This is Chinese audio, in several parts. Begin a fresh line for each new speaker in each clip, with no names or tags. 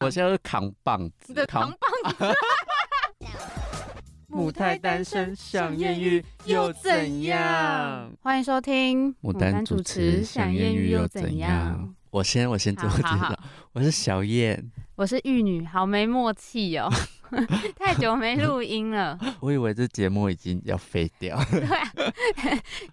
我现在是扛棒子
你，的
扛
扛棒子。
母胎单身想艳遇又怎样？
欢迎收听
牡丹主持想艳遇又怎样？？我先我先自我介
好好
绍
好，
我是小燕，
我是玉女，好没默 契哦，太久没录音了，
我以为这节目已经要废掉，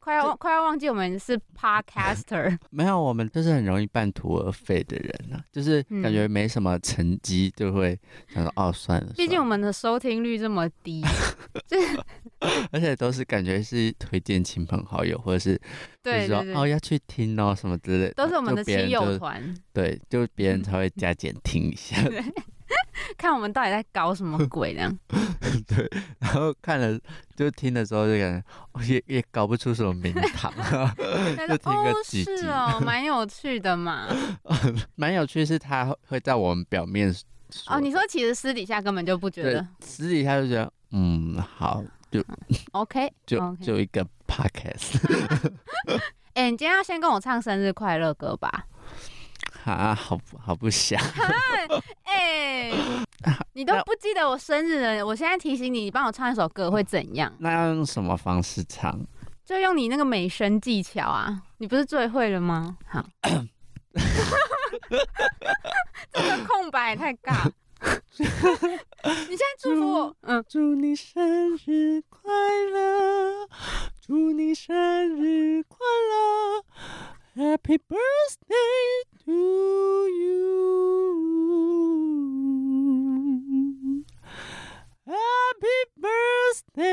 快要忘快要忘记我们是 podcaster，
没有，我们 就是啊很容易半途而废的人啊，就是感觉没什么成绩就会想说哦算了，
毕竟
算了
我们的收听率这么 低，
而且都是感觉是推荐亲朋好友或者是就是
对
说
对
哦
对，
要去听哦什么之类的，
都是我们
就
的
别人
亲
就
友团，
对， 就别人才会加减听一下，
看我们到底在搞什么鬼呢？
然后看了就听的时候就感觉、哦、也也搞不出什么名堂，啊
但 是
就听个
哦，
几集
是哦，蛮有趣的 嘛。
蛮有趣，是他会在我们表面
哦，你说其实私底下根本就不觉
对
得，
私底下就觉得嗯好，
OK。
就
哦 OK
就一个 podcast
哎，你今天要先跟我唱生日快乐歌吧？
啊，好不好不想，
哎，你都不记得我生日了，我现在提醒你，你帮我唱一首歌会怎样？
那要用什么方式唱？
就用你那个美声技巧啊，你不是最会了吗？好，这个空白也太尬。你现在祝福我，嗯，
祝你生日快乐，祝你生日快乐，Happy birthday to you。Happy birthday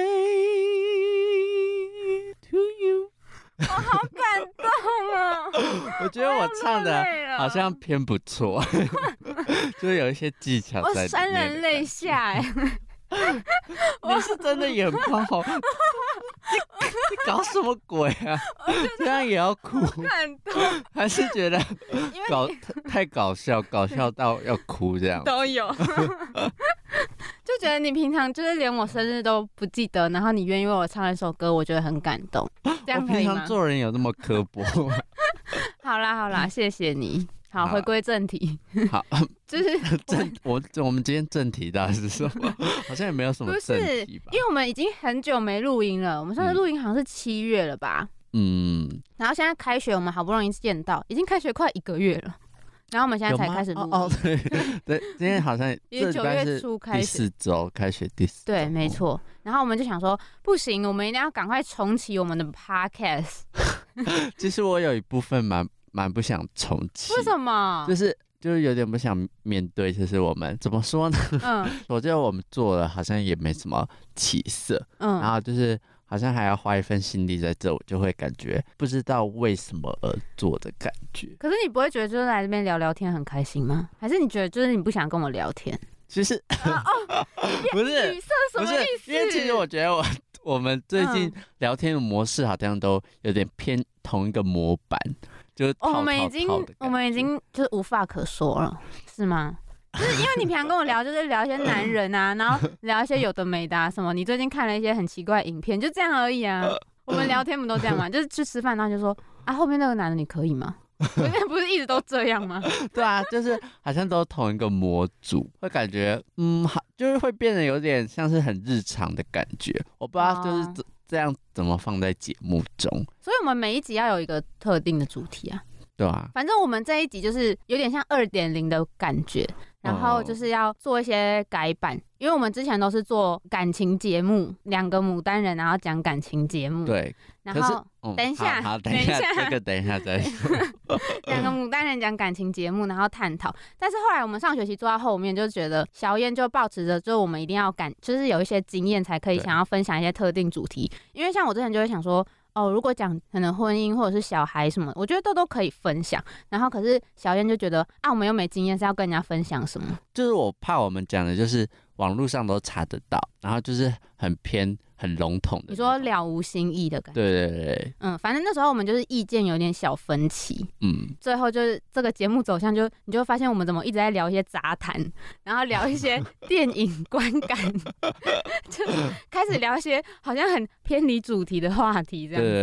to you！
我好感动啊！
我觉得我唱的
累了
好像偏不 错，就是有一些技巧
我
在里面。
潸然泪下哎、
你是真的眼眶红，你你搞什么鬼啊？这样也要哭，
感动，
还是觉得
因为
搞太搞笑，搞笑到要哭这样？
都有， 就觉得你平常就是连我生日都不记得，然后你愿意为我唱一首歌，我觉得很感 动，这
我
样可
平
以吗
常？做人有那么刻薄吗？
好啦好啦，谢谢你。
好
好，
啦
回归正题，
好，
就是
正我我们今天正题到底是什么？ 好像也没有什么
不
正
是
题吧
因？为我们已经很久没录音了，我们上次录音好像是七月了吧？
嗯，
然后现在开学，我们好不容易见到，已经开学快一个月了，然后我们现在
有
才
吗
开始录
哦
音，
哦，对 对，今天好像这
也是
礼
九
拜
月
是
初开
第
学。
四周开学第四，
对，没错。然后我们就想说，不行，我们一定要赶快重启我们的 podcast。
其实我有一部分蛮蛮不想重启，
为什么
就？是就是有点不想面对，就是我们怎么说呢？
嗯
我觉得我们做了好像也没什么起色，然
嗯，
后就是好像还要花一份心力在这，我就会感觉不知道为什么而做的感觉。
可是你不会觉得就是来这边聊聊天很开心吗？还是你觉得就是你不想跟我聊天？
其实、
啊哦
不是
语塞什
不
么
是
意，思？
因为其实我觉得我我们最近
嗯
聊天的模式好像都有点偏同一个模板，就是套
哦我
套
们已经
套的感觉
我们已经就是无话可说了，是吗？就是因为你平常跟我聊，就是聊一些男人 啊，然后聊一些有的没的、啊、什么。你最近看了一些很奇怪的影片，就这样而已 啊。我们聊天不都这样 吗？就是去吃饭，然后就说啊，后面那个男的你可以吗？不是一直都这样吗？
对啊，就是好像都同一个模组，会感觉嗯，好，就是会变得有点像是很日常的感觉。我不知道就是
哦
这这样怎么放在节目中，
所以我们每一集要有一个特定的主题啊。
对啊，
反正我们这一集就是有点像二点零的感觉，然后
哦
就是要做一些改版，因为我们之前都是做感情节目，两个牡丹人，然后讲感情节目，
对。
嗯然
可是
后
嗯
等一
好
下
好，等一
等一
下，
下
这个等一下再说。
两个牡丹人讲感情节目，然后探讨。但是后来我们上学期做到后面，就觉得哦小燕就抱持着，就是我们一定要感，就是有一些经验才可以
对
想要分享一些特定主题，因为像我之前就会想说。哦，如果讲可能婚姻或者是小孩什么，我觉得都都可以分享。然后可是小燕就觉得啊，我们又没经验，是要跟人家分享什么？
就是我怕我们讲的，就是网络上都查得到，然后就是很偏、很笼统的。
你说？了无新意的感觉。
对对对对，
嗯，反正那时候我们就是意见有点小分歧，
嗯，
最后就是这个节目走向就，你就会发现我们怎么一直在聊一些杂谈，然后聊 一些电影观感， 就是开始聊一些好像很偏离主题的话题这
对
样
对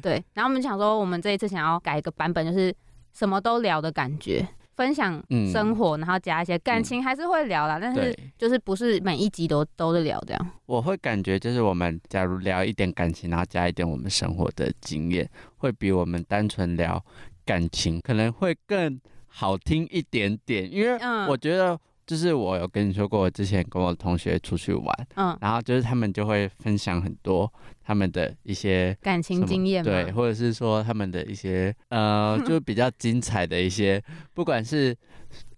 对对。
对，然后我们想说，我们这一次想要改一个版本，就是什么都聊的感觉。分享
嗯
生活，然后加一些感情还是会聊啦，但是
对，
就是不是每一集都都是聊这样。
我会感觉就是我们假如聊一点感情，然后加一点我们生活的经验，会比我们单纯聊感情可能会更好听一点点，因为
嗯
我觉得。就是我有跟你说过，我之前跟我同学出去玩，
嗯，
然后就是他们就会分享很多他们的一些
感
什
情
么
经验嘛
对，，或者是说他们的一些 呃，就比较精彩的一些，不管是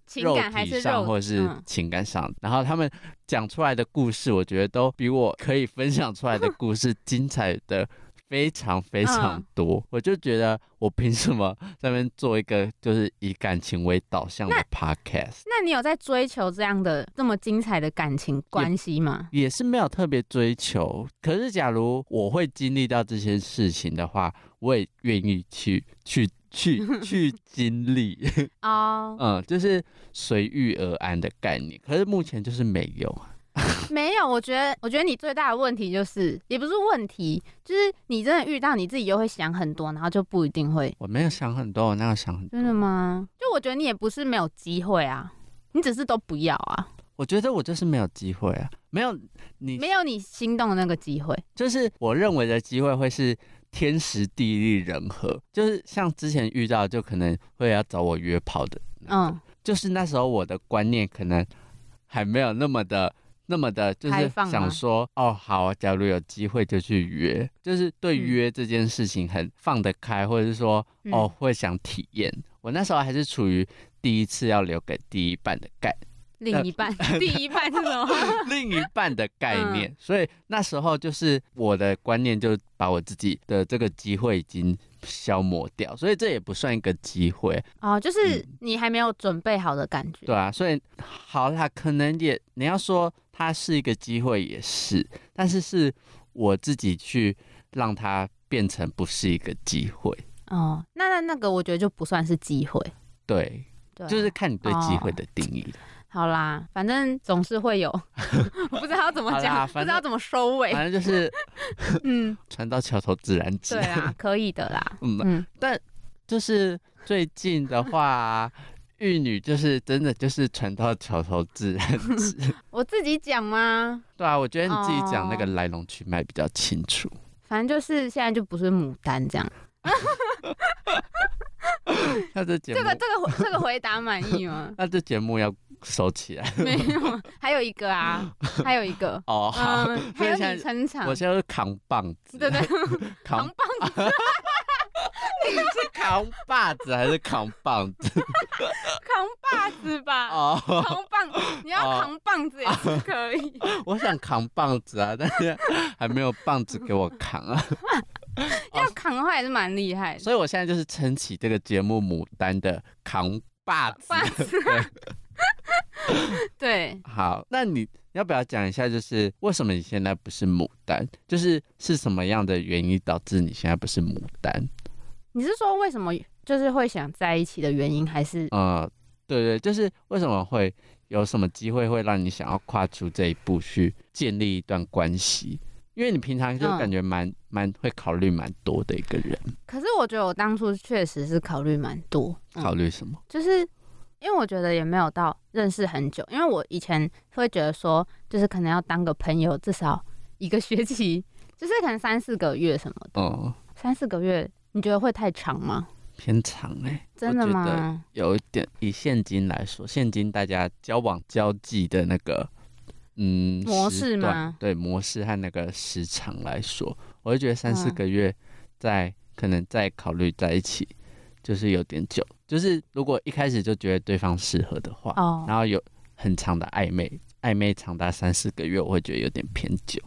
情
肉
感还
体
是
上
肉，
或是
嗯
情感上，然后他们讲出来的故事，我觉得都比我可以分享出来的故事精彩的非常非常
嗯
多。我就觉得我凭什么在那边做一个就是以感情为导向的 podcast？
那你有在追求这样的这么精彩的感情关系吗？
也是没有特别追求，可是假如我会经历到这些事情的话，我也愿意去去 去去经历，
哦、
嗯，就是随遇而安的概念。可是目前就是没有啊，
没有，我觉得，我觉得你最大的问题就是，也不是问题，就是你真的遇到你自己就会想很多，然后就不一定会。
我没有想很多，我哪有想很多？
真的吗？就我觉得你也不是没有机会啊，你只是都不要啊，
我觉得我就是没有机会啊，没有你，
没有你心动的那个机会。
就是我认为的机会会是天时地利人和，就是像之前遇到就可能会要找我约炮的，
嗯，
就是那时候我的观念可能还没有那么的。那么的，就
开
是
放吗
想说，哦，好，假如有机会就去约，就是对
嗯
约这件事情很放得开，或者是说，
嗯
哦，会想体验。我那时候还是处于第一次要留给第一半的概
另一半，第一半是 什么？
另一半的概念，所以那时候就是我的观念就把我自己的这个机会已经消磨掉，所以这也不算一个机会，
哦，就是
嗯
你还没有准备好的感觉。
对啊，所以好啦，可能也你要说它是一个机会也是，但是是我自己去让它变成不是一个机会，
哦，那那那个我觉得就不算是机会。
对，
对啊，
就是看你对机会的定义。
好啦，反正总是 会有，我不知道怎么
好啦
讲，不
反正
知道怎么收尾。
反正就是
嗯，
船到桥头自然直
对，啊，可以的啦。
嗯，
嗯，
就是最近的话、玉女就是真的就是传到桥头自然 直。
我自己讲吗？
对啊，我觉得你自己讲那个
哦
来龙去脉比较清楚。
反正就是现在就不是牡丹这样。
那这节目，？
这个这个回这个回答满意吗
那这节目要收起来
没有，还有一个啊，还有一个，
哦。 好，
嗯，还
所以
有
现在
你撑场
我，现在是扛棒子，
对对，
扛
扛棒子
扛把子还是扛棒 子？
扛把子吧，
哦，
扛棒，你要
哦
扛棒子也是可以。
我想扛棒子啊，但是还没有棒子给我扛啊，
要扛的话也是蛮厉害的。
所以我现在就是撑起这个节目牡丹的扛把子。
棒子，啊 对，
好，那你要不要讲一下，就是为什么你现在不是牡丹？就是是什么样的原因导致你现在不是牡丹？
你是说为什么就是会想在一起的原因，还是
呃，对对，就是为什么会有什么机会会让你想要跨出这一步去建立一段关系？因为你平常就
嗯
感觉蛮蛮、会考虑蛮多的一个人，
可是我觉得我当初确实是考虑蛮多，嗯
考虑什么？
就是因为我觉得也没有到认识很久，因为我以前会觉得说，就是可能要当个朋友，至少一个学期，就是可能三四个月什么的，
哦、
三四个月。你觉得会太长吗？
偏长哎、
真的
我觉得
吗？
有一点以现今来说，现今大家交往交际的那个嗯
模
时
式
段
吗
对模式和那个时长来说，我就觉得三四
嗯
个月在、可能再考虑在一起，就是有点久。就是如果一开始就觉得对方适合的话，
哦
然后有很长的暧昧，暧昧长达三四个月，我会觉得有点偏久。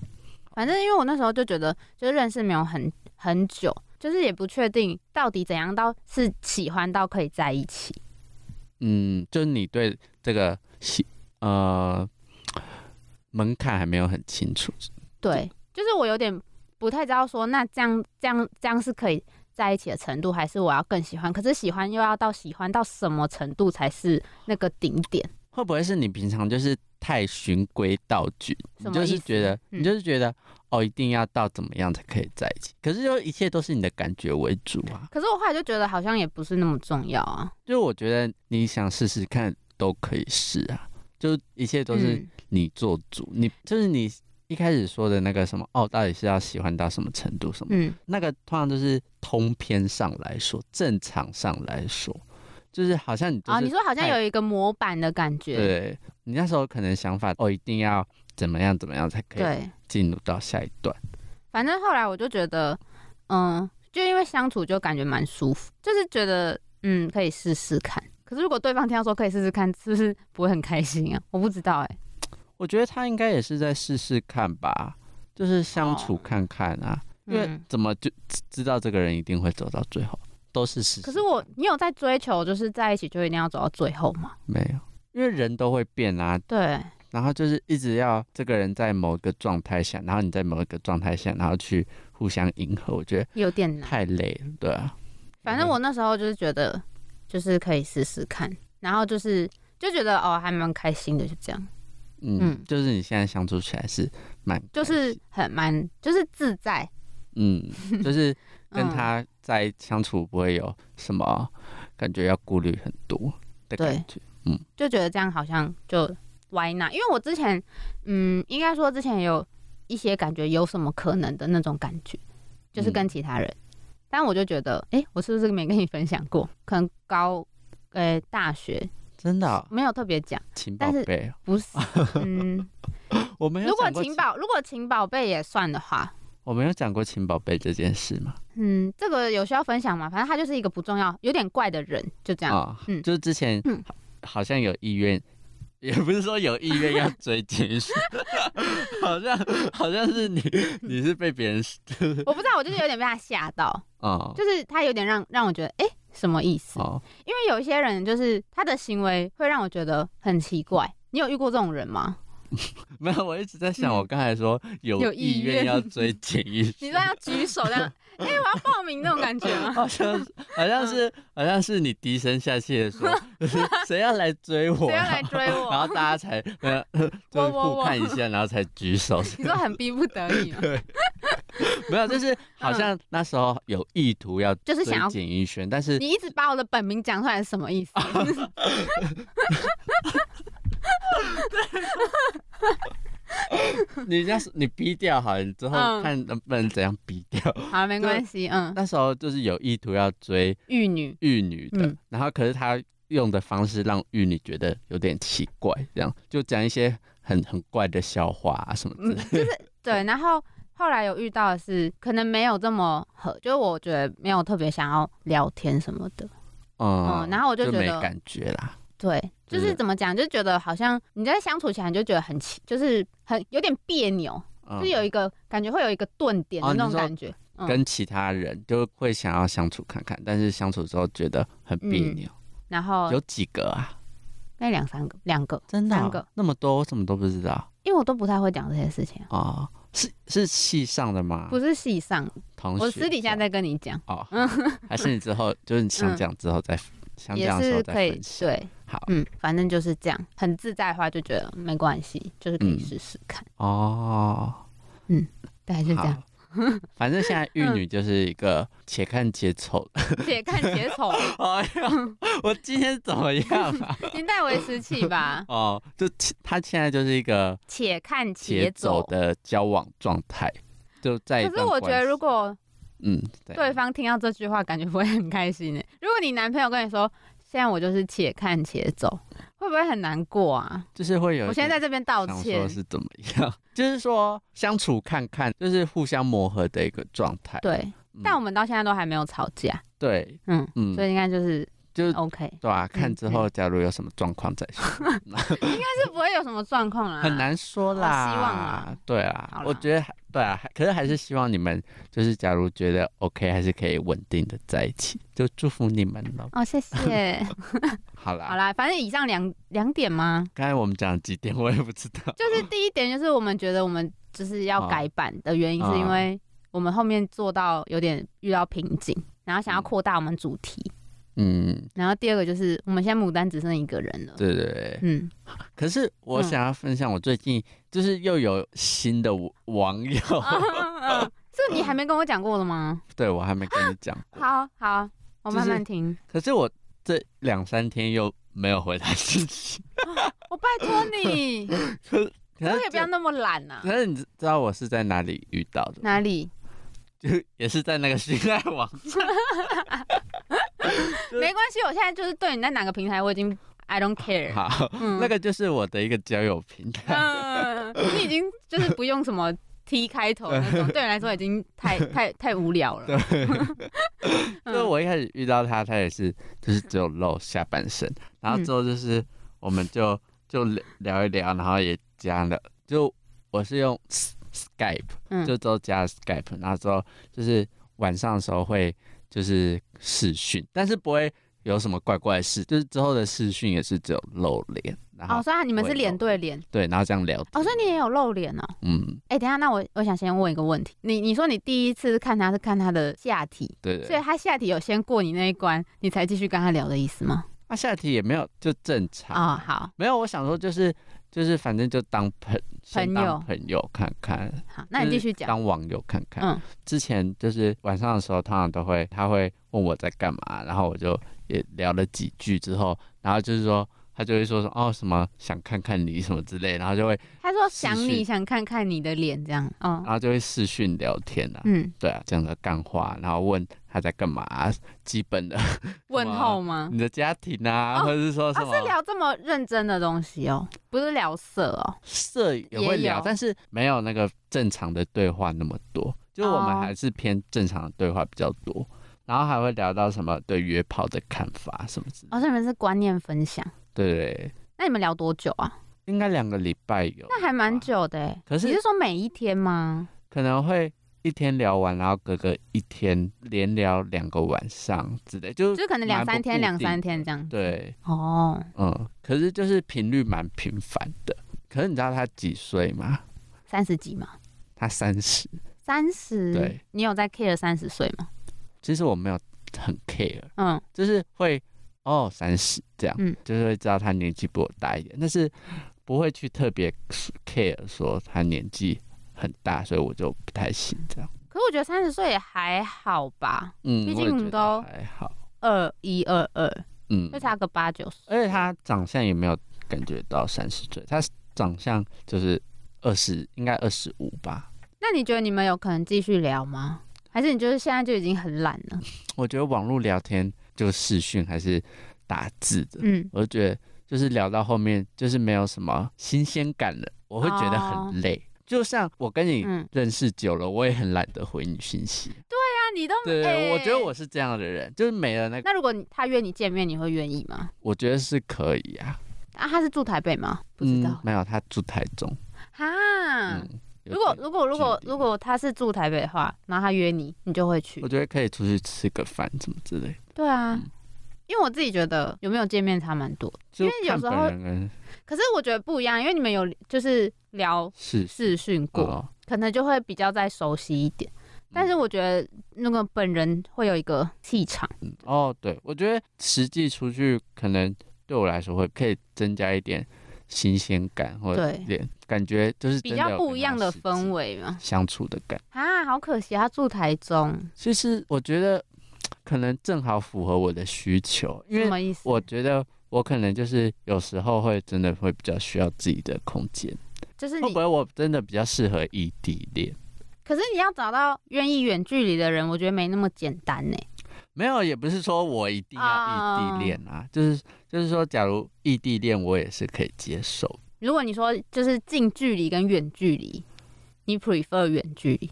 反正因为我那时候就觉得，就是认识没有很很久，就是也不确定到底怎样到是喜欢到可以在一起。
嗯，就是你对这个喜呃门槛还没有很清楚，
对，就是我有点不太知道说，那这样这样这样是可以在一起的程度，还是我要更喜欢？可是喜欢又要到喜欢到什么程度才是那个顶点？
会不会是你平常就是太循规蹈矩，
什
你
么
就是
意思
觉得、
嗯
你就是觉得哦，一定要到怎么样才可以在一起？可是就一切都是你的感觉为主啊。
可是我后来就觉得好像也不是那么重要啊，
就我觉得你想试试看都可以试啊，就一切都是
嗯
你做主，你就是你一开始说的那个什么哦，到底是要喜欢到什么程度什么？
嗯
那个通常就是通篇上来说，正常上来说，就是好像你就是、
哦，你说好像
太
有一个模板的感觉，
对你那时候可能想法哦，一定要怎么样怎么样才可以
对，
进入到下一段。
反正后来我就觉得，嗯，就因为相处就感觉蛮舒服，就是觉得嗯可以试试看。可是如果对方听到说可以试试看，是不是不会很开心啊？我不知道哎、
我觉得他应该也是在试试看吧，就是相处看看啊，因为
嗯，
怎么就知知道这个人一定会走到最后，都是试试。
可是我你有在追求，就是在一起就一定要走到最后吗？
没有，因为人都会变啊，
对，
然后就是一直要这个人在某一个状态下，然后你在某一个状态下，然后去互相迎合，我觉得
有点难。
太累了，对啊。
反正我那时候就是觉得，就是可以试试看，然后就是就觉得哦，还蛮开心的，就这样，嗯
嗯，就是你现在相处起来是蛮开心，
就是很蛮就是自在。
嗯，就是跟
嗯
他在相处不会有什么感觉要顾虑很多的
对
感觉。
就觉得这样好像就 why not？因为我之前，嗯，应该说之前有一些感觉有什么可能的那种感觉，就是跟
嗯
其他人，但我就觉得，诶，我是不是没跟你分享过？可能高，呃、大学
真的哦、
没有特别讲，
秦宝
但是
贝哦，
不是，嗯，
我没有
如果
讲过
情，宝如果情宝贝也算的话。
我没有讲过秦宝贝这件事嘛？
嗯，这个有需要分享吗？反正他就是一个不重要、有点怪的人，就这样。
啊、
嗯
就是之前
嗯
好好像有意愿，也不是说有意愿要追情书， 好像好像是你你是 被别人
我不知道，我就是有点被他吓 到，
啊
就是他有点让让我觉得，诶，什么意思？
哦，
因为有一些人就是他的行为会让我觉得很奇怪。你有遇过这种人吗？
没有，我一直在想，我刚才说有
嗯有
意
意
愿
愿
要追情书
你，说要举手这样， 哎、我要报名那种感觉 吗？
好像是好像
嗯
是好像是你低声下气的 说，谁要来追我、
谁要
啊
来？追
然后
我？
大家才呃，就
我
互
我
看一下，然后才举手。
你说很逼不得已吗？
没有，就是好像那时候有意图要
就是
追
想要
景逸轩，但是
你一直把我的本名讲出来是什么意思？
你要是你逼掉好了，你之后
嗯
看能不能怎样逼 掉。
好，没关系，嗯，
那时候就是有意图要追
玉女，
玉女的，
嗯
然后可是他用的方式让玉女觉得有点奇怪，这样就讲一些很很怪的笑话啊什么之类的。
嗯对，然后。后来有遇到的是，可能没有这么合，就是我觉得没有特别想要聊天什么的，
嗯
嗯然后我就
就
觉
没
得
感觉啦。
对，就
对
是怎么讲，就觉得好像你在相处起来你就觉得很奇，就是很有点别扭，
嗯
就有一个感觉会有一个顿点
哦
的
你
那种
说
感觉。嗯
跟其他人就会想要相处看看，但是相处之后觉得很别
嗯
扭。
然后
有几个啊？
那两三个，两个，
真的、
三个
啊、那么多，我怎么都不知道
因为我都不太会讲这些事情啊、
哦，是是系上的吗？
不是戏上，
同学
我私底下再跟你讲，
哦，还是你之后就是你想讲之后再、想
嗯也
讲的时候
是
再
可以
分析。
对，
好
嗯，反正就是这样，很自在的话就觉得没关系，就是可以
嗯
试试看，
哦，
大概就这样，
好。反正现在玉女就是一个且看且 走。
且看且丑，
哎呀，我今天怎么样啊？，
先代为时气吧
哦，就其她现在就是一个
且看且
且走
走。
的交往状态，就在一
可
段
是我觉
关
得，
系
如果
嗯，
对方听到这句话，感觉不会很开心呢。欸如果你男朋友跟你说，现在我就是且看且走，会不会很难过啊？
就是会有一
我现在在
点
这边道
想
歉
说，是怎么样，就是说相处看看，就是互相磨合的一个状态。
对，
嗯，
但我们到现在都还没有吵架，
对，
嗯，
嗯
所，以应该就是
就是
OK，
对啊，看
嗯
之后假如有什么状况再说，
但是不会有什么状况啊啦。
很，难说啦。
好希望啊
对
好
啊
啦，
我觉得还对啊，还可是还是希望你们就是假如觉得 OK，还是可以稳定的在一起，就祝福你们喽。
哦，谢 谢。
好啦，
好啦，反正以上两两点吗？
刚才我们讲几点我也不知道。
就是第一点，就是我们觉得我们就是要
啊
改版的原因，是因
啊
为我们后面做到有点遇到瓶颈，然后想要
嗯
扩大我们主题，
嗯，
然后第二个就是我们现在牡丹只剩一个人了，
对对对。
嗯，
可是我
嗯
想要分享，我最近就是又有新的网 网友，
啊这个你还没跟我讲过了吗？
对我还没跟你讲。
好好，我慢
就是
慢听。
可是我这两三天又没有回他信息，
我拜托 你，可
可可
不可以
是
不要那么懒 呐、
可是你知道我是在哪里遇到的吗？
哪里？
就也是在那个 性爱网
没关系，我现在就是对你在哪个平台，我已经 I don't care。
好，
嗯
那个就是我的一个交友平台。
嗯，你已经就是不用什么 T 开头 那种，对你来说已经太太太无聊了。嗯
就是我一开始遇到他，他也是就是只有露下半身，然后之后就是我们就就聊一聊，然后也加了，就我是用 S- Skype，
嗯
就都加了 Skype，然后之后就是晚上的时候会就是视讯，但是不会有什么怪怪的事，就是之后的视讯也是只有露脸，然后、
哦，所以啊你们是脸对脸
对，然后这样聊
哦，
天
所以你也有露脸哦。
嗯，
哎、等一下，那我我想先问一个问题，你你说你第一次看他是看他的下体，
对对
所以啊他下体有先过你那一关，你才继续跟他聊的意思吗？
那、啊下题也没有就正常
哦，好
没有，我想说就是就是，反正就当朋先
朋
当
友
朋友看看。
好，那你继续
就是
讲。
当网友看看。
嗯
之前就是晚上的时候，通常都会他会问我在干嘛，然后我就也聊了几句之后，然后就是说他就会说说哦什么想看看你什么之类，然后就会
他说
是
想
是
你想看看你的脸这样，哦
然，后就会视讯聊天啊，
嗯，
对啊，讲个干话，然后问他在干嘛、基本的
问候
啊
吗？
你的家庭啊，
哦
或者是说什
啊，
么、
是聊这么认真的东西哦，不是聊色哦。
色也会
也
聊，
有
但是没有那个正常的对话那么多，就我们
哦
还是偏正常的对话比较多，然后还会聊到什么对约炮的看法什么之类的。
哦，这你们是观念分享。
对对，
那你们聊多久啊？
应该两个礼拜有，
那还蛮，久的欸。
可是
你是说每一天吗？
可能会一天聊完，然后隔个一天连聊两个晚上之类，就
就是可能两三天、
蛮
两
不固定的
三天这样。
对，
哦，
嗯，可是就是频率蛮频繁的。可是你知道他几岁吗？
三十几嘛，
他三十。
三十。
对，
你有在 care 三十岁吗？
其实我没有很 care，
嗯，
就是会哦三十这样，
嗯
就是会知道他年纪比我大一点，但是不会去特别 care 说他年纪很大，所以我就不太行这样。
可是我觉得三十岁也还好吧，
嗯，
毕
我
竟
也觉
我
得
们都
还好，
二一二二，
嗯
就，差个八九十。
而且哎他长相也没有感觉到三十岁，他长相就是二十，应该二十五吧。
那你觉得你们有可能继续聊吗？还是你就是现在就已经很懒了？
我觉得网络聊天就视讯还是打字的，
嗯，
我就觉得就是聊到后面就是没有什么新鲜感了，我会觉得很累。就像我跟你
哦嗯
认识久了，我也很懒得回你信息。
那你都
对对对，
哎
我觉得我是这样的人，就是没了那个，
那如果你他约你见面，你会愿意吗？
我觉得是可以啊。
啊，他是住台北吗？不知
嗯
道，
没有，他住台中。
哈。
嗯，有
如果
点
如果如果
距离
如果他是住台北的话，然后他约你，你就会去
我。觉得可以出去吃个饭，什么之类，
对啊
嗯，
因为我自己觉得有没有见面差蛮多，
就
因为有
看
时
本
候
人跟
可是我觉得不一样，因为你们有就是聊
是
视讯过，
哦嗯
可能就会比较再熟悉一点。但是我觉得那个本人会有一个气场，
嗯哦，对，我觉得实际出去可能对我来说会可以增加一点新鲜感，或者
对
一点感觉就是
比较不一样的氛
围
围嘛。
相处的感觉。
啊，好可惜，他住台中，
其实我觉得可能正好符合我的需求，因
什
为
么意思？
我觉得我可能就是有时候会真的会比较需要自己的空间，
就是
会
你
不会我真的比较适合异地恋？
可是你要找到愿意远距离的人，我觉得没那么简单呢。
没有，也不是说我一定要异
啊
地恋啊，就是就是说，假如异地恋我也是可以接受的
如果你说就是近距离跟远距离，你 prefer 远距离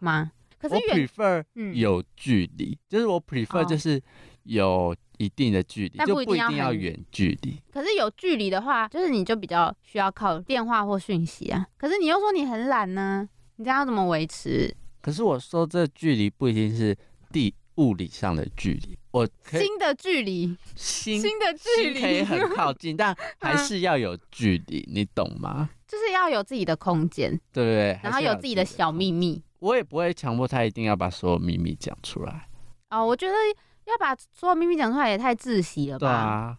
吗？可是
我
远
prefer
嗯
有距离，就是我 prefer
哦
就是有一定的距离，
但
就
不一
不一
定要
定要
很
远距离。
可是有距离的话，就是你就比较需要靠电话或讯息啊。可是你又说你很懒呢、你这样要怎么维持
可是我说这距离不一定是地物理上的距离，我可以
新的距离？
心
新的距
心可以
离
很靠近， 但还是要有距离，你懂吗？
就是要有自己的空间，
对不对？还
然后
是
有
要
自己的小秘密
我也不会强迫他一定要把所有秘密讲出来。
哦。我觉得要把所有秘密讲出来也太窒息了吧？
对啊，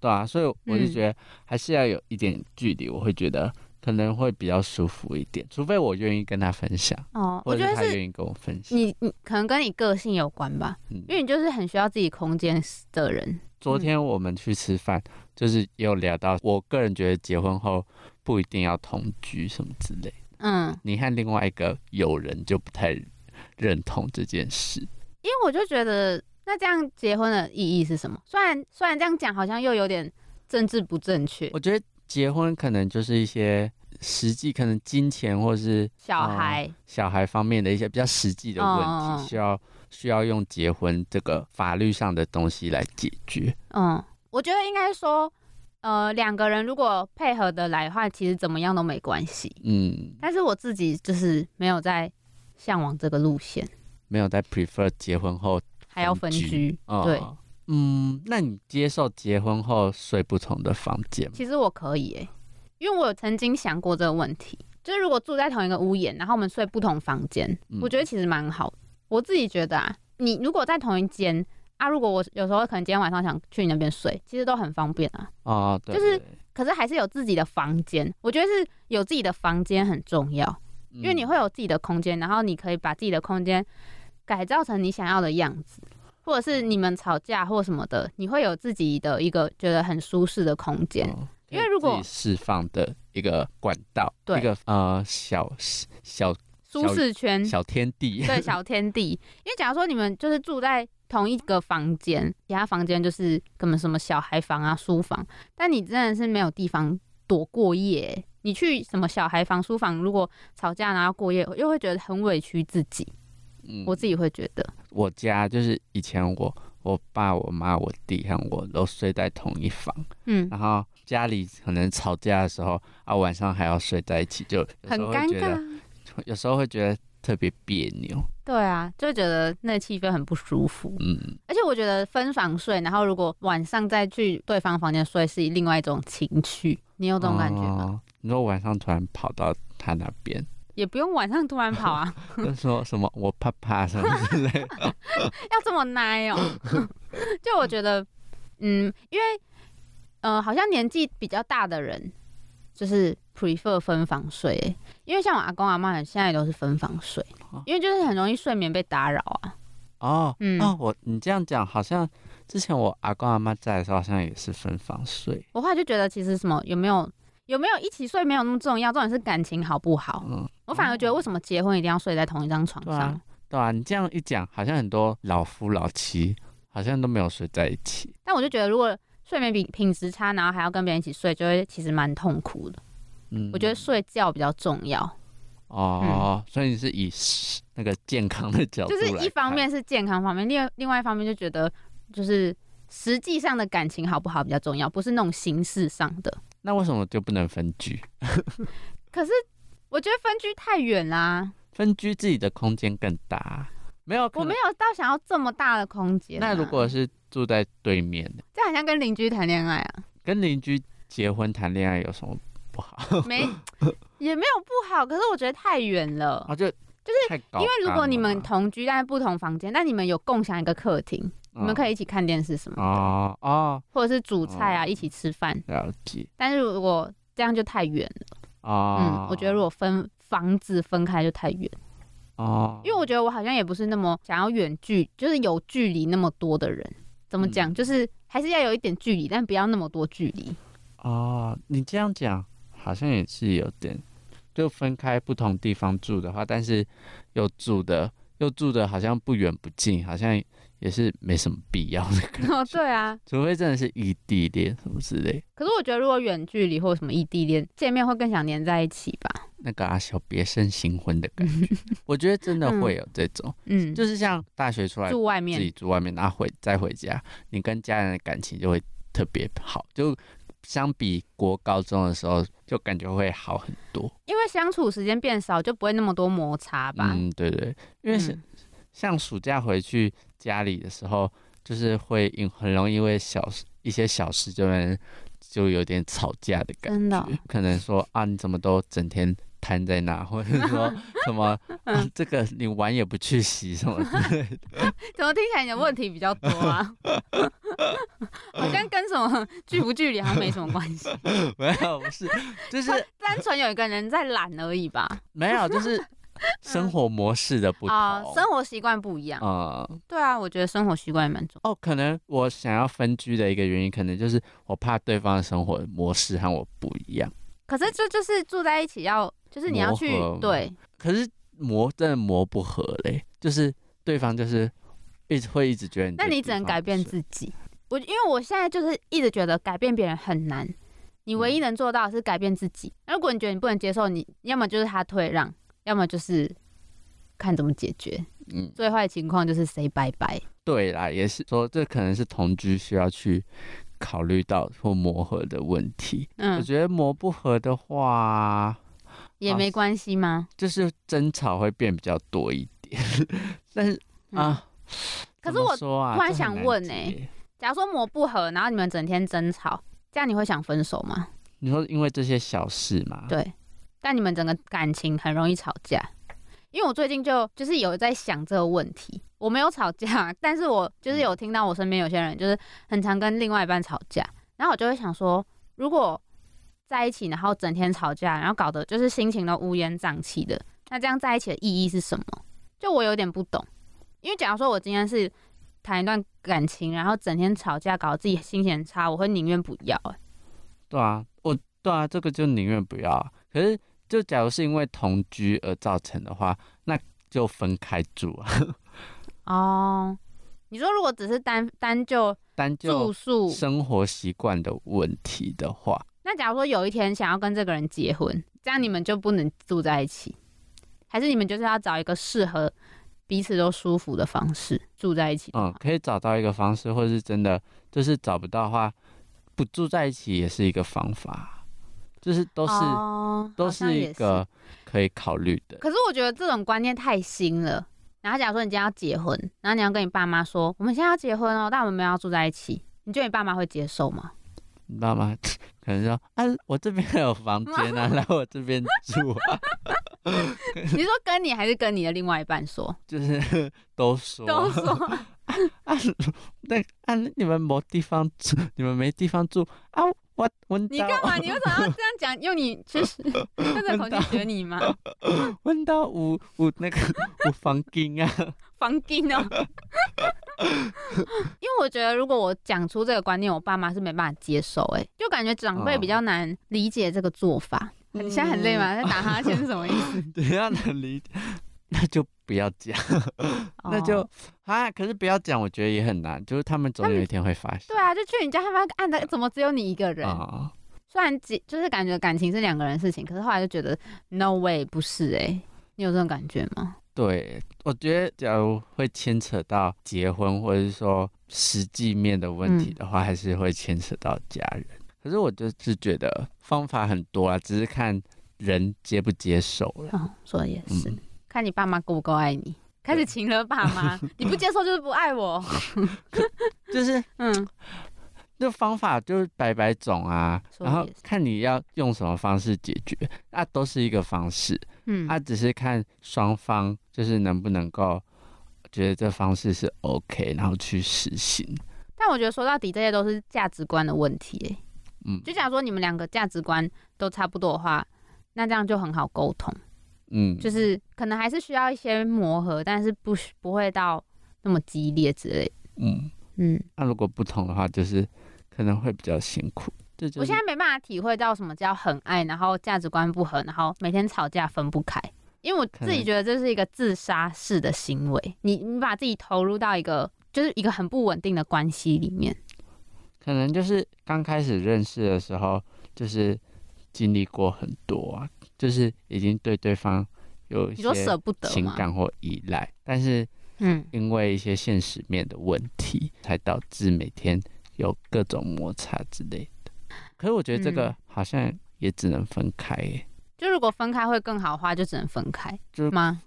对啊，所以我就觉
嗯
得还是要有一点距离，我会觉得可能会比较舒服一点，除非我愿意跟他分享，
哦，我
或
觉
者是
得
他
是
愿意跟我分享。
你你可能跟你个性有关吧，
嗯
因为你就是很需要自己空间的人。
昨天我们去吃饭，就是也有聊到，我个人觉得结婚后不一定要同居什么之类的。
嗯，
你和另外一个友人就不太认同这件事。
因为我就觉得，那这样结婚的意义是什么？虽然虽然这样讲好像又有点政治不正确，
我觉得结婚可能就是一些实际，可能金钱或是
小孩，
小孩方面的一些比较实际的问
嗯嗯
题，
嗯
需要需要用结婚这个法律上的东西来解决。
嗯，我觉得应该说，呃，两个人如果配合的来的话，其实怎么样都没关系。
嗯，
但是我自己就是没有在向往这个路线，
没有在 prefer 结婚后。
还要分
分
居。
哦
对，
嗯，那你接受结婚后睡不同的房间吗？
其实我可以、欸，因为我有曾经想过这个问题，就是如果住在同一个屋檐，然后我们睡不同房间，
嗯
我觉得其实蛮好的。我自己觉得啊，你如果在同一间啊，如果我有时候可能今天晚上想去你那边睡，其实都很方便啊。
哦，对，
就是
对
可是还是有自己的房间，我觉得是有自己的房间很重要，
嗯
因为你
哦
会有自己的空间，然后你可以把自己的空间改造成你想要的样子，或者是你们吵架或什么的，你会有自己的一个觉得很舒适的空间。
哦
因为如果
可以自己释放的一个管道，
对
一个呃小小
舒适圈，
小天地，
对嗯小天地。因为假如说你们就是住在同一个房间，其他房间就是根本什么小孩房啊、书房，但你真的是没有地方躲过夜。欸你去什么小孩房、书房，如果吵架然后过夜，又会觉得很委屈自己。
嗯
我自己会觉得，
我家就是以前我我爸、我妈、我弟和我都睡在同一房，
嗯，
然后家里可能吵架的时候啊，晚上还要睡在一起，就有
很
时候
尴
会觉得，
尬。
有时候会觉得特别别扭，
对啊，就觉得那气氛很不舒服。
嗯，
而且我觉得分房睡，然后如果晚上再去对方房间睡，是另外一种情趣。你有这种感觉吗？
哦你说晚上突然跑到他那 边，
也不用晚上突然跑啊，
就说什么我怕怕什么之类的，
要这么奶哦、就我觉得，嗯，因为呃，好像年纪比较大的人就是 prefer 分房睡欸、因为像我阿公阿妈现在也都是分房睡
哦，
因为就是很容易睡眠被打扰啊。
哦，
嗯
哦，我你这样讲，好像之前我阿公阿妈在的时候，好像也是分房睡。
我后来就觉得，其实什么有没有有没有一起睡没有那么重要，重点是感情好不好。
嗯，
我反而觉得，为什么结婚一定要睡在同一张床
对
上？
啊，对啊，你这样一讲，好像很多老夫老妻好像都没有睡在一起。
但我就觉得，如果睡眠品品质差，然后还要跟别人一起睡，就会其实蛮痛苦的。
嗯，
我觉得睡觉比较重要。
哦，所以你是以那个健康的角度
就是
来
一方
看，
面是健康方面，另另外一方面就觉得就是实际上的感情好不好比较重要，不是那种形式上的。
那为什么就不能分居？
可是我觉得分居太远啦，
分居自己的空间更大，没有？可
我没
能
有到想要这么大的空间啊、
那如果是住在对面，
这好像跟邻居谈恋 爱啊，
跟邻居结婚谈恋爱有什么不好？
没也没有不好，可是我觉得太远了。
啊，就就是太高
哦因为如
纲
果
了
你们
吧
同居，但是不同房间，但你们有共享一个客厅，你们
嗯
可以一起看电视什么，
哦哦，
或者是煮菜啊，
哦
一起吃饭。
了解
但是如果这样就太远了，
哦，
嗯，我觉得如果分房子分开就太远。
哦，
因为我觉得我好像也不是那么想要远距，就是有距离那么多的人。怎么讲？
嗯
就是还是要有一点距离，但不要那么多距 离。
哦，你这样讲好像也是有点，就分开不同地方住的话，但是又住的又住的好像不远不近，好像也是没什么必要的，
哦，对啊。
除非真的是异地恋什么之类。
可是我觉得，如果远距离或什么异地恋见面，会更想黏在一起吧。
那个啊，小别胜新婚的感 觉，我觉得真的会有这种，
嗯，
就是像大学出来
住外
自己
面。
住外面，然后回再回家，你跟家人的感情就会特别好，就相比国高中的时候，就感觉会好很多。
因为相处时间变少，就不会那么多摩擦吧。
嗯，对对，因为是、
嗯
像暑假回去家里的时候，就是会因很容易因为小事一些小事就能就有点吵架的感觉，
真的哦
可能说啊你怎么都整天。瘫在那，或者是 说什么、
嗯
啊这个你碗也不去洗什么之类的，
怎么听起来你的问题比较多啊？ 好像跟什么 距不距离好像没什么关系，
没有不是，就是
单纯有一个人在懒而已吧？
没有 就是生活模式的不同
嗯啊、
啊、
生活习惯不一样。
嗯
对啊，我觉得生活习惯也蛮重
哦，可能我想要分居的一个原因，可能就是我怕对方的生活模式和我不一样。
要。可是就就是住在一起要，就是你要去
嗯磨合
对，
可是磨真的磨不合嘞，就是对方就是一直会一直觉得你，
那你只能改变
己。
自己。我因为我现在就是一直觉得改变别人很难，你
嗯
唯一能做到的是改变自己。那如果你觉得你不能接受，你要么就是他退让，要么就是看怎么解决。
嗯，
最坏情况就是 say 拜拜。
对啦，也是说这可能是同居需要去考虑到或磨合的问题。我
嗯，
觉得磨不合的话，
也没关系吗？
就是争吵会变比较多一点。 但是
嗯
啊，
可
怎
是
么
我
说啊
突然
这很
想
难
问
解
欸假如说磨不合，然后你们整天争吵，这样你会想分手吗？
你说因为这些小事嘛，
对，但你们整个感情很容易吵架。因为我最近就就是有在想这个问题，我没有吵架， 但是我就是有听到我身边有些人就是很常跟另外一半吵架，然后我就会想说，如果在一起，然后整天吵架，然后搞得就是心情都乌烟瘴气的，那这样在一起的意义是什么？就我有点不懂，因为假如说我今天是谈一段感情，然后整天吵架，搞得自己心情很差，我会宁愿不要、欸。
对啊，我对啊，这个就宁愿不要啊。可是，就假如是因为同居而造成的话，那就分开住啊，
哦，你说如果只是单单就
单
住
就
宿，
生活习惯的问题的话，
那假如说有一天想要跟这个人结婚，这样你们就不能住在一起，还是你们就是要找一个适合彼此都舒服的方式住在一起？
嗯，可以找到一个方式，或是真的就是找不到的话，不住在一起也是一个方法，就是都是、
哦
都
好像
是一
也
个可以考虑的。
可是我觉得这种观念太新了。然后，假如说你今天要结婚，然后你要跟你爸妈说，我们现在要结婚哦，但我们没有要住在一起，你觉得你爸妈会接 受吗？
你知道吗？ 可能说啊，我这边有 房间啊，来我这边住啊，
你是说跟你还是跟你的另外一半说？
就是 都说
都说，
啊，那啊你们没地方住，你们没地方住啊，我闻
你
到
干嘛？你为什么要这样讲？用 你就是用这口气学你吗？
闻到五五那个五房间啊，
房 金哦。因为我觉得，如果我讲出这个观念，我爸妈是没办法接受、欸，哎，就感觉长辈
哦
比较难理解这个做法。
嗯
你现在很 累吗？在打哈欠是什么意思？
等一下能理解，那就不要讲。 那
哦
就啊，可是不要讲，我觉得也很难，就是他们总有一天会发现
对。啊，就去你家，他们按的怎么只有你一个人？
啊、
虽然几就是感觉感情是两个人的事情，可是后来就觉得 no way 不是哎、你有这种感觉吗？
对，我觉得假如会牵扯到结婚或者是说实际面的问题
嗯
的话，还是会牵扯到家人。可是我就是觉得方法很多啊，只是看人接不接受了。
哦，说的也是，
嗯
看你爸妈够不够爱你，开始请了爸妈，你不接受就是不爱我。
就是
嗯，
这方法就是百百种啊，
说得
然后
也是
看你要用什么方式解决，那、都是一个方式。
嗯，
他、只是看双方就是能不能够觉得这方式是 OK，然后去实行。
但我觉得说到底，这些都是价值观的问题、欸。
嗯
就假如说你们两个价值观都差不多的话，那这样就很好沟通，
嗯，
就是可能还是需要一些磨合，但是不需不会到那么激烈之类的。
嗯，
嗯，
那如果不同的话，就是可能会比较辛苦。这就
我
是
现在没办法体会到什么叫很爱，然后价值观不合，然后每天吵架分不开。因为我自己觉得这是一个自杀式的行为，你你把自己投入到一个就是一个很不稳定的关系里面。
可能就是刚开始认识的时候，就是经历过很多啊，就是已经对对方有一
你说
些
舍不得
情
吗？
感或依赖，但是
嗯，
因为一些现实面的问题，才导致每天有各种摩擦之类的。可是我觉得这个
嗯
好像也只能分开耶、
就如果分开会更好的话，就只能分开
就
吗？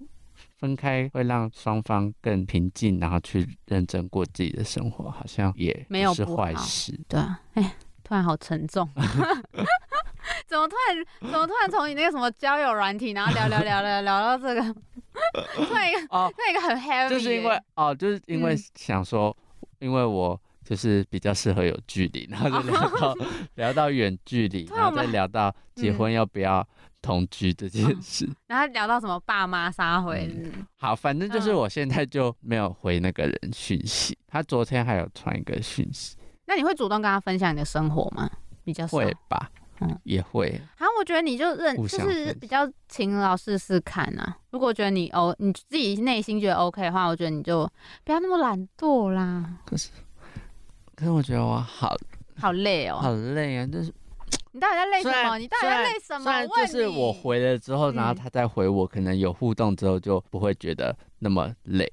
分开会让双方更平静，然后去认真过自己的生活，好像也
没有
不是
不
坏
好
事。
对啊，哎，突然好沉重，怎么么突然怎么突然从你那个什么交友软体，然后聊聊聊聊聊到这个， 突然一个
哦，
突然一个很 heavy，欸
就是因
耶
为哦，就是因为
嗯
想说，因为我就是比较适合有距离，然后就聊到 聊到远距离，
哦对啊
然后
我
再
们嗯哦
聊到结婚要不要同居这件事。
然后聊到什么爸妈杀回日，
好，反正就是
嗯
我现在就没有回那个人讯息，他昨天还有传一个讯息，
那你会主动跟他分享你的生活吗？比较少。
会吧
嗯？
也会，
好，我觉得你就认，
互
就
相
是
分
比较勤劳试试看啊。如果觉得你哦，你自己内心觉得 OK 的话，我觉得你就不要那么懒惰 啦，
可是我觉得我好
好累哦。
好累啊，就是
你到底在累
虽
什么？
然
你到底
虽
在
然
累什
虽
么？
然
问
就是我
你，
回了之后，然后
嗯
他再回我，可能有互动之后就不会觉得那么累。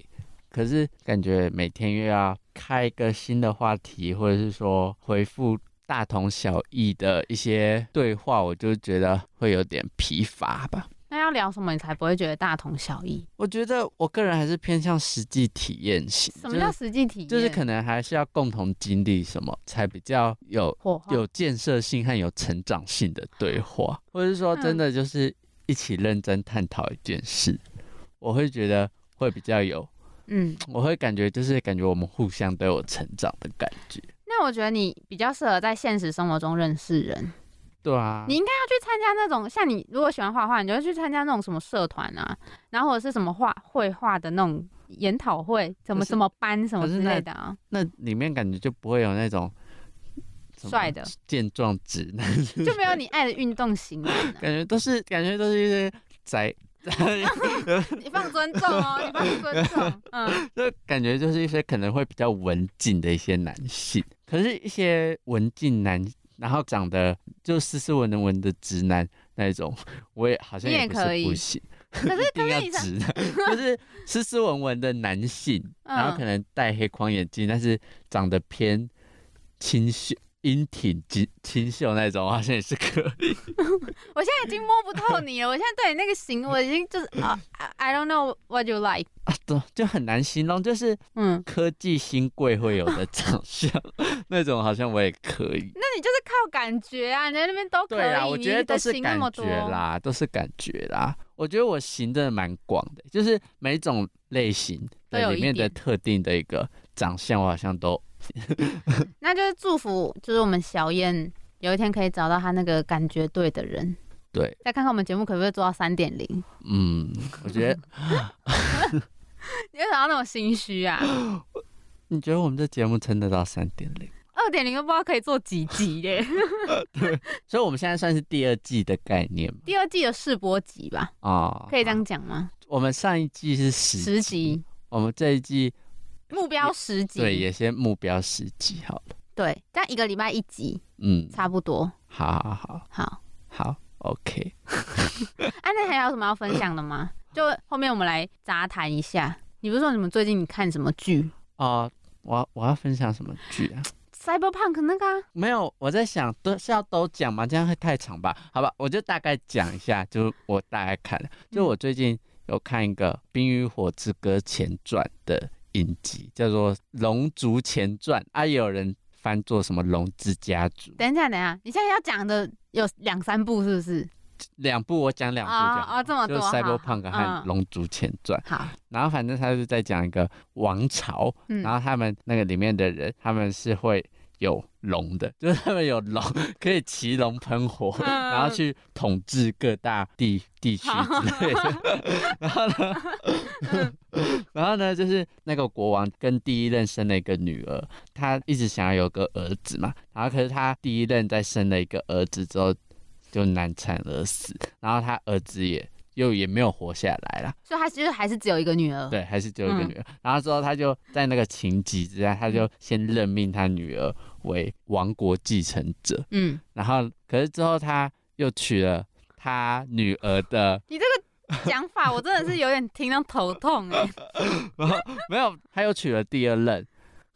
可是感觉每天又要开一个新的话题，或者是说回复大同小异的一些对话，我就觉得会有点疲乏吧。
那要聊什么你才不会觉得大同小异？
我觉得我个人还是偏向实际体验型，
什么叫实际体验？
就是、就是可能还是要共同经历什么，才比较有
火花？
有建设性和有成长性的对话， 嗯或者是说真的就是一起认真探讨一件事，我会觉得会比较有，
嗯，
我会感觉就是感觉我们互相都有成长的感觉。
那我觉得你比较适合在现实生活中认识人。
对啊，
你应该要去参加那种，像你如果喜欢画画，你就会去参加那种什么社团啊，然后或者是什么画绘画的那种研讨会，什么
可是
什么班什么
可是
之
那
类的啊，
那里面感觉就不会有那种什么
帅的
健壮直男，
就没有你爱的运动型人、啊。
感觉都是感觉都是一些宅，
你放尊重哦，你放尊重。 嗯，
就感觉就是一些可能会比较文静的一些男性，可是，一些文静男，然后长得就斯斯文文的直男那一种，我也好像
你也
也不
可
是
以
不行，
可 是
一定要
你是
直男，就是斯斯文文的男性，然后可
嗯，
能戴黑框眼镜，但是长得偏清秀、英挺、清清秀那种，好像也是可以。
我现在已经摸不透你了，我现在对你那个型，我已经 就是啊、i I don't know what you like。
啊对，就很难形容，就是
嗯，
科技新贵会有的长相， 那种好像我也可以。
那你就是靠感觉啊，你在那边都可
对啦，
以，
我
你
觉得都
的
是
型那
感
么多
觉。啦，都是感觉啦。我觉得我行真的蛮广的，就是每种类型
都有
的里
一
面的
点
特定的一个长相，我好像都
那就是祝福，就是我们小燕有一天可以找到她那个感觉对的人。
对，
再看看我们节目可不可以做到三点零？
嗯，我觉 得
你为什么要那么心虚啊？
你觉得我们这节目撑得到三点零？
二点零都不知道可以做几集耶？
所以我们现在算是第二季的概念嘛？
第二季的试播集吧，
啊、
可以这样讲吗？
我们上一季是十
十集，
我们这一季
目标十集，
对也先目标十集好了。
对，这样一个礼拜一集
嗯，
差不多。
好好好
好，
好，OK。
啊，那还有什么要分享的吗？
嗯
就后面我们来杂谈一下。你不是说你们最近你看什么剧
哦，我我要分享什么剧啊？
？Cyberpunk 那个、啊，
没有，我在想都是要都讲吗？这样会太长吧？好吧，我就大概讲一下，就我大概看
嗯
了，就我最近有看一个《冰与火之歌前传》的影集，叫做《龙族前传》，啊，也有人翻作什么《龙之家族》。
等一下，等一下，你现在要讲的有两三部是不是？
两部我讲两部
啊
讲，
啊这么
就《
多好
Cyberpunk》和
嗯
《龙族前传》
好，
然后反正他是在讲一个王朝，
嗯
然后他们那个里面的人，他们是会有龙的， 就是他们有龙，可以骑龙喷火，
嗯
然后去统治各大地地区
好
之类 的。然后呢， 然后呢，就是那个国王跟第一任生了一个女儿，他一直想要有个儿子嘛，然后可是他第一任在生了一个儿子之后就难产而死，然后他儿子也又也没有活下来啦。
所以他其实还是只有一个女儿。
对，还是只有一个
嗯
女儿。然后之后他就在那个情急之下，他就先任命他女儿为王国继承者。
嗯，
然后，可是之后他又娶了他女儿的，
你这个讲法，我真的是有点听到头痛哎、
没有，他又娶了第二任。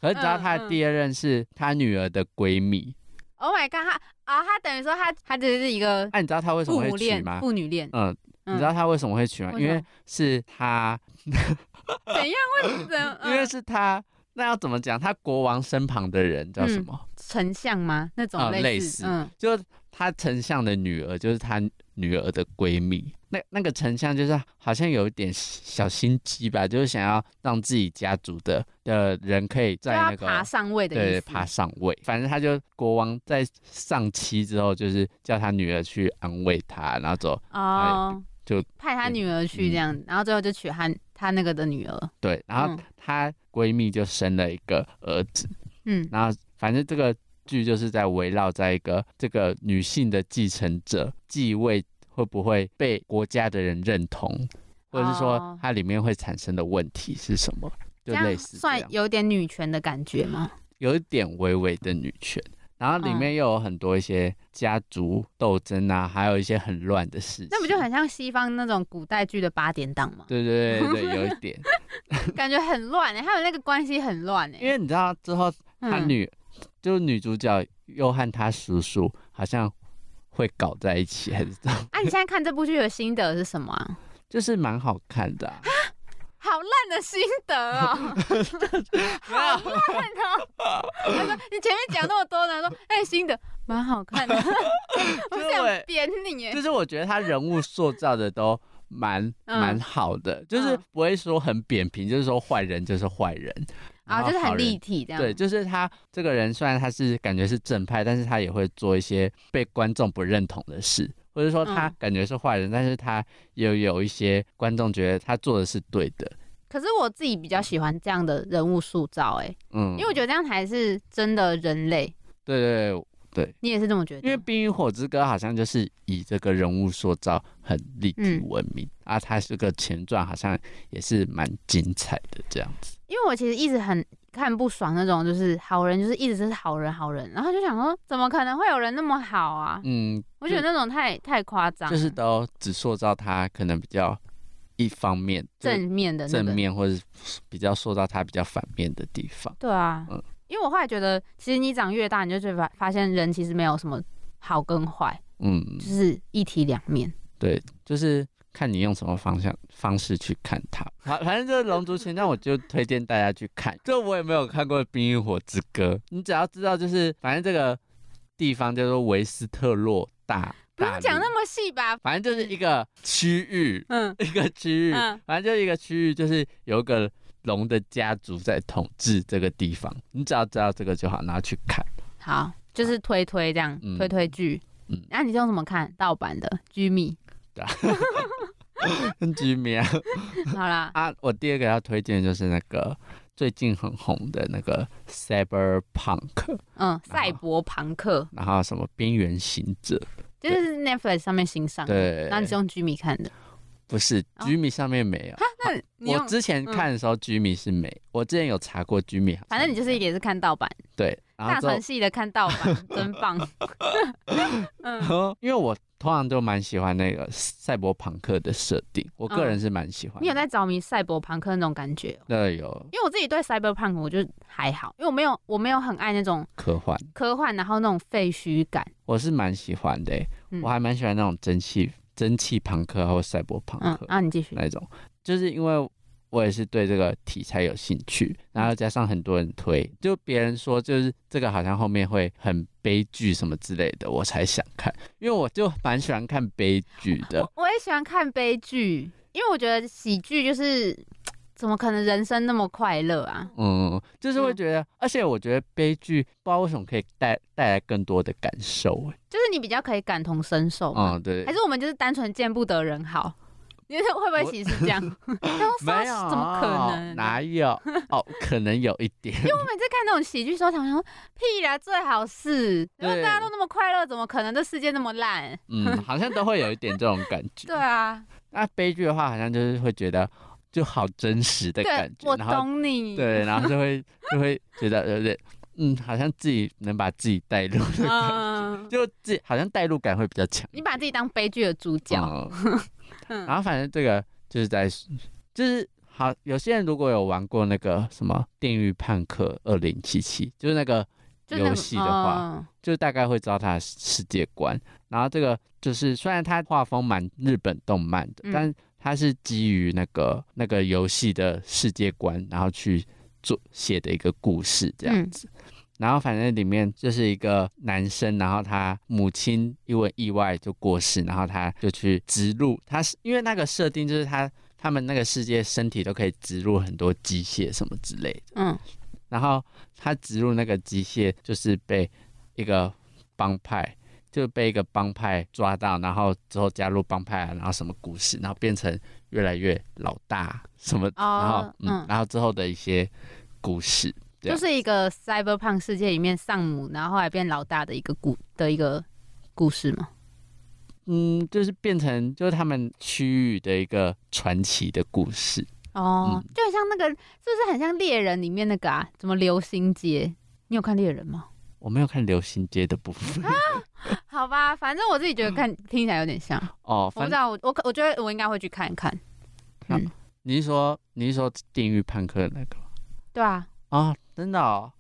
可是，知道
嗯
他的
嗯
第二任是他女儿的闺蜜。
Oh my god，他啊，他等于说他他只是一个
哎、你知道他为什
父
么
母
会娶
恋、
吗？
父女恋。
嗯，你知道他为什么会娶吗？
为
因
什
为
么
是他，
怎样会怎？
因为是他那要怎么讲？他国王身旁的人叫
嗯
什么？
丞相吗？那种
啊
类
类
似，
似
嗯，
就他丞相的女儿，就是他女儿的闺蜜。那那个丞相就是好像有一点小心机吧，就是想要让自己家族的的人可以
就
在
要
那个
啊爬上位的意
对
思，
爬上位。反正他就国王在上期之后，就是叫他女儿去安慰他，然后走
哦，
就嗯
派他女儿去这样，然后最后就娶他他那个的女儿，
对，然后
嗯
她闺蜜就生了一个儿子，
嗯
然后反正这个剧就是在围绕在一个这个女性的继承者继位会不会被国家的人认同，或者是
哦
说它里面会产生的问题是什么，就
这样
类似这样
算有点女权的感觉吗？
有一点微微的女权。然后
嗯
里面又有很多一些家族斗争啊，还有一些很乱的事情。
那不就很像西方那种古代剧的八点档吗？
对对对对，有一 点，
感觉很乱哎、他们那个关系很乱哎、
因为你知道之后她
嗯
女、就女主角又和她叔叔好像会搞在一起，还是怎么？
啊，你现在看这部剧的心得是什么啊、
就是蛮好看的、 啊。
好烂的心得哦， 好烂哦！他说你前面讲那么多呢，说哎、心得蛮好 看的，我
就是
想
我
扁你哎
就。是我觉得她人物塑造的都蛮
嗯
蛮好的，就是
嗯
不会说很扁平，就是说坏人就是坏人，
啊，
然后
就是
好
很
人
立体这样。
对，就是他这个人虽然他是感觉是正派，但是他也会做一些被观众不认同的事，或者说他
嗯
感觉是坏人，但是他也有一些观众觉得他做的是对的。
可是我自己比较喜欢这样的人物塑造、哎、
嗯，
因为我觉得这样才是真的人类。
对对对，
你也是这么觉得？
因为《冰与火之歌》好像就是以这个人物塑造很立体
嗯
闻名、啊，它这个前传好像也是蛮精彩的这样子。
因为我其实一直很看不爽那种，就是好人就是一直是好人好人，然后就想说，怎么可能会有人那么好啊？
嗯，
我觉得那种太太夸张了，
就是都只塑造他可能比较一方面就是
正面的那个
正面，或者是比较塑造他比较反面的地方。
对啊，
嗯
因为我后来觉得，其实你长越大，你就觉得发发现人其实没有什么好跟坏，
嗯
就，是一体两面。
对，就是看你用什么方向方式去看它。反反正这《龙族前传》，我就推荐大家去看。这我也没有看过《冰与火之歌》，你只要知道，就是反正这个地方叫做维斯特洛大，
不
大
用讲
陆
那么细吧？
反正就是一个区域，
嗯，
一个区域，
嗯
反正就一个区域，就是有一个龙的家族在统治这个地方。你只要知道这个就好，然后去看。
好，就是推推这样，
嗯
推推剧。
嗯
那、你是用什么看？盗版的《居 米
居民啊，》
好啦，
啊，我第二个要推荐的就是那个最近很红的那个 Cyberpunk，
嗯，《赛博朋克
然后什么边缘行者，》
就是 Netflix 上面新上的，
对
然，后你是用《居米》看的。
不是
哦
居民上面没有。
那你
我
用，嗯
之前看的时候，居民是没，我之前有查过居民，
反正你就是也是看盗版，
对，然
大
后之后
船系的看盗版，真 棒。嗯，
因为我通常都蛮喜欢那个赛博朋克的设定，我个人是蛮喜欢的。
嗯你有在着迷赛博朋克那种感觉哦、
那有
因为我自己对 cyberpunk 我就还好，因为我没有我没有很爱那种
科幻，
科幻，然后那种废墟感。
我是蛮喜欢的欸、
嗯
我还蛮喜欢那种蒸汽蒸汽朋克或赛博朋
嗯
克，
啊，你继续。
那种，就是因为我也是对这个题材有兴趣，然
嗯
后加上很多人推，就别人说就是这个好像后面会很悲剧什么之类的，我才想看，因为我就蛮喜欢看悲剧 的
我，我也喜欢看悲剧，因为我觉得喜剧就是怎么可能人生那么快乐啊？
嗯，就是会
嗯
觉得，而且我觉得悲剧不知道为什么可以带带来更多的感受，
就是你比较可以感同身受嘛，
哎，嗯，对
还，是我们就是单纯见不得人好？你觉得会不会其实是这样？ 他说
没有，啊
怎么可能？啊
哪有？哦，可能有一点，
我每次看那种喜剧的时候，常常说屁啦，最好是，如果
对
大家都那么快乐，怎么可能这世界那么烂？
嗯，好像都会有一点这种感觉。
对啊，
那悲剧的话，好像就是会觉得就好真实的
对
感，觉，
我
然后
懂你。
对，然后就会就会觉得有点嗯，好像自己能把自己带 入，
嗯，
就自己好像代入感会比较强。
你把自己当悲剧的主
哦
角，
嗯，然后反正这个就是在就是。好，有些人如果有玩过那个什么《电狱判客二零七七》，就是那个
就那个
游戏的话，
嗯
就大概会知道它的世界观。然后这个就是虽然它画风蛮日本动漫的，
嗯
但它是基于那个那个游戏的世界观，然后去做写的一个故事这样
嗯
子。然后反正里面就是一个男生，然后他母亲因为意外就过世，然后他就去植入，他是因为那个设定就是他他们那个世界身体都可以植入很多机械什么之类的，
嗯
然后他植入那个机械就是被一个帮派。就被一个帮派抓到，然后之后加入帮派啊，然后什么故事，然后变成越来越老大什么，然后
哦
嗯
嗯，，
然后之后的一些故事，对啊
就是一个 cyberpunk 世界里面丧母，然后后来变老大的一个故的一个故事嘛。
嗯，就是变成就是他们区域的一个传奇的故事。
哦，
嗯
就很像那个，是不是很像猎人里面那个啊？怎么流星街？你有看猎人吗？
我没有看流星街的部分、
啊好吧，反正我自己觉得看听起来有点像，
哦，
我不
反
知
正
道，我我可我觉得我应该会去看一看。嗯，
你是说你是说地狱判客那个吗
对啊，
啊？真的、哦，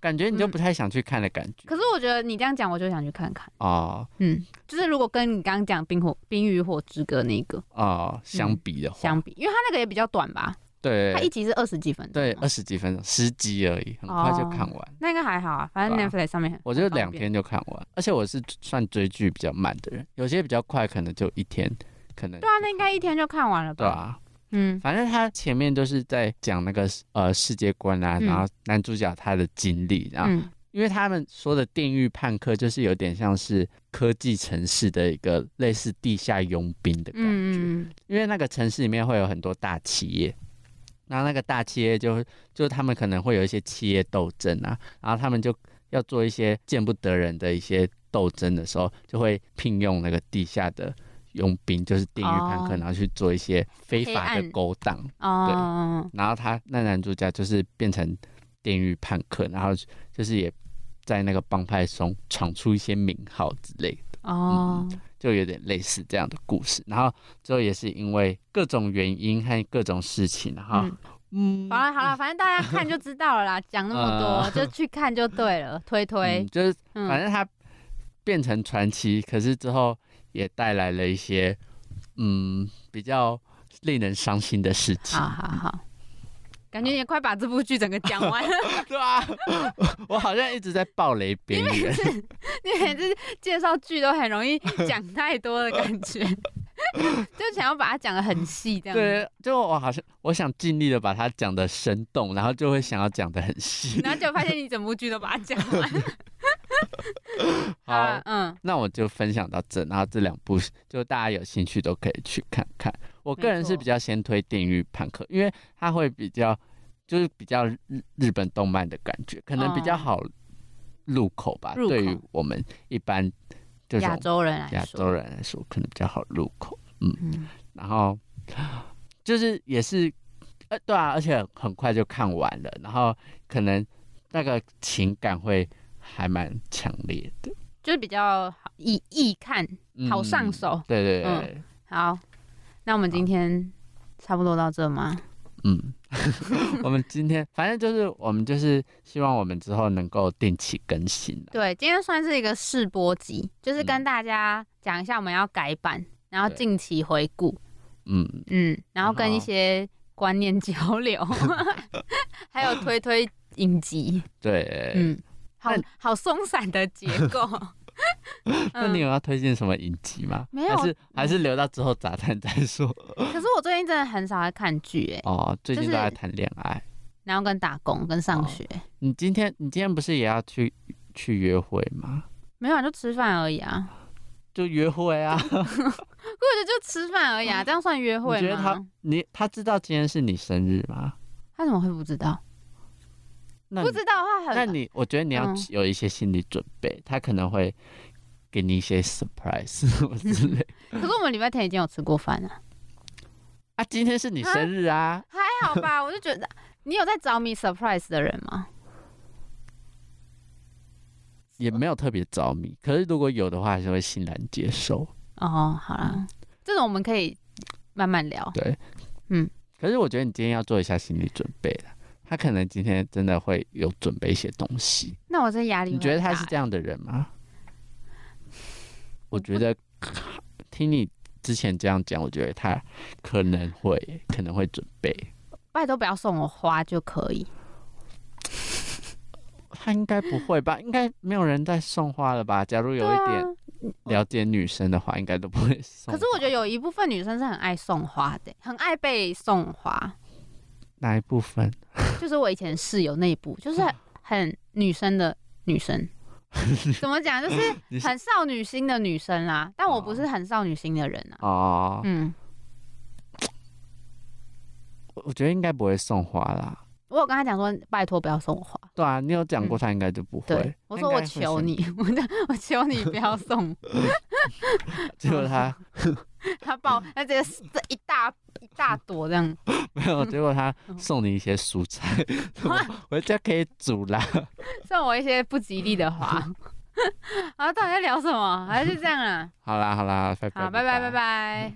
感觉你就
嗯
不太想去看的感觉。
可是我觉得你这样讲，我就想去看看。
哦
嗯，就是如果跟你刚刚讲《冰火冰与火之歌》那个
哦，相比的话，
嗯相比，因为它那个也比较短吧，它一哦
对
集是二十几分钟
对，
嘛，
二十几分钟，十集而已，很快就看完。
那应该还好啊，反正
对啊
Netflix 上面很
我就
很方
两
便
天就看完，而且我是算追剧比较慢的人，有些比较快，可能就一天，可能
对啊，那应该一天就看完了吧？
对啊，
嗯，
反正他前面都是在讲那个呃世界观啊，
嗯
然后男主角他的经历，然后、
嗯
因为他们说的电狱判客就是有点像是科技城市的一个类似地下佣兵的感觉，
嗯嗯
因为那个城市里面会有很多大企业，然后那个大企业就就他们可能会有一些企业斗争啊，然后他们就要做一些见不得人的一些斗争的时候，就会聘用那个地下的佣兵，就是电狱判客，
哦
然后去做一些非法
黑
的
暗
勾当，
嗯哦，
然后他那男主角就是变成电狱判客，然后就是也在那个帮派中闯出一些名号之类的
哦，
就有点类似这样的故事。然后最后也是因为各种原因和各种事情，然后
嗯
嗯，
好了好了，反正大家看就知道了啦，讲那么多
呃
就去看就对了，推推
嗯，就是反
嗯，
正它变成传奇，可是之后也带来了一些嗯比较令人伤心的事情
好，好好，感觉你也快把这部剧整个讲完了，
对啊， 我好像一直在暴雷边缘，
因为这介绍剧都很容易讲太多的感觉， 就想要把它讲的很细这样子。
对，就我好像我想尽力的把它讲的生动，然后就会想要讲的很细。
然后就发现你整部剧都把它讲完，好
好
了，，嗯，
那我就分享到这，然后这两部就大家有兴趣都可以去看看。我个人
没错
是比较先推《电狱判客》，因为它会比较就是比较日日本动漫的感觉，可能比较
嗯
好入口吧。
入口
对于我们一般这种
亚洲人来说，
亚洲人来说，可能比较好入口。
嗯，
然后就是也是，呃，对啊，而且很快就看完了，然后可能那个情感会还蛮强烈的，
就是比较好易易看，
嗯
好上手。
对对对
嗯好，那我们今天差不多到这吗？
嗯， 我们今天反正就是我们就是希望我们之后能够定期更新啦
对，今天算是一个试播集，就是跟
嗯
大家讲一下我们要改版，然后
对
近期回顾，
嗯，
嗯，然后
然
跟
后
一些观念交流， 还有推推影集，
对。
嗯，好
那
好松散的结 构。嗯
那你有要推荐什么影集吗？
没有
还是还是留到之后杂谈再 说。
可是我最近真的很少在看剧，哎，
哦，最近
就
都
是
在谈恋爱。
然后跟打工跟
哦
上学，
你今天你今天不是也要去去约会吗？
没有啊就吃饭而已 啊。
就约会啊！
或者就吃饭而已啊，这样算 约会
你觉得
吗？
你他知道今天是你生日吗？
他怎么会不知道？
那
不
你
知道的话很
那你我觉得你要
嗯
有一些心理准备，他可能会给你一些 surprise 什 么之类的。
可是我们礼拜天已经有吃过 饭了，
啊，今天是你生日啊！
还哎好吧？我就觉得你有在着迷 surprise 的人吗？
也没有特别着迷，可是如果有的话，还是会欣然接受。
哦，好啦，这种我们可以慢慢聊。
对，
嗯。
可是我觉得你今天要做一下心理准备了，他可能今天真的会有准备一些东西。
那我这压力会
你
很大，
觉得他是这样的人吗？我觉得听你之前这样讲，我觉得他可能会可能会准备。
欸拜托不要送我花就可以。
他应该不会吧？应该没有人在送花了吧？假如有一啊点了解女生的话，应该都不会送。
啊可是我觉得有一部分女生是很爱送花的、欸很爱被送花。
哪一部分？
就是我以前室友那一 部，就是很很女生的女生，怎么 讲？就是很少女心的女生啦。但我不是很少女心的人啊。
哦，
嗯，
我觉得应该不会送花啦。
我有跟他讲说，拜托不要送我花。
对啊，你有讲过，他应该就不会。
嗯对，我说
他
我
应该会
求
生
你
气，，
我我求你不要送 我。
结果 他
他抱，他直接这一大一大朵这样。
没有，结果他
嗯
送你一些蔬菜， 什么 回家可以煮啦。
送我一些不吉利的 话。啊，到底在聊什么？还是这样啊？
好啦好啦，拜拜
好，拜拜拜拜。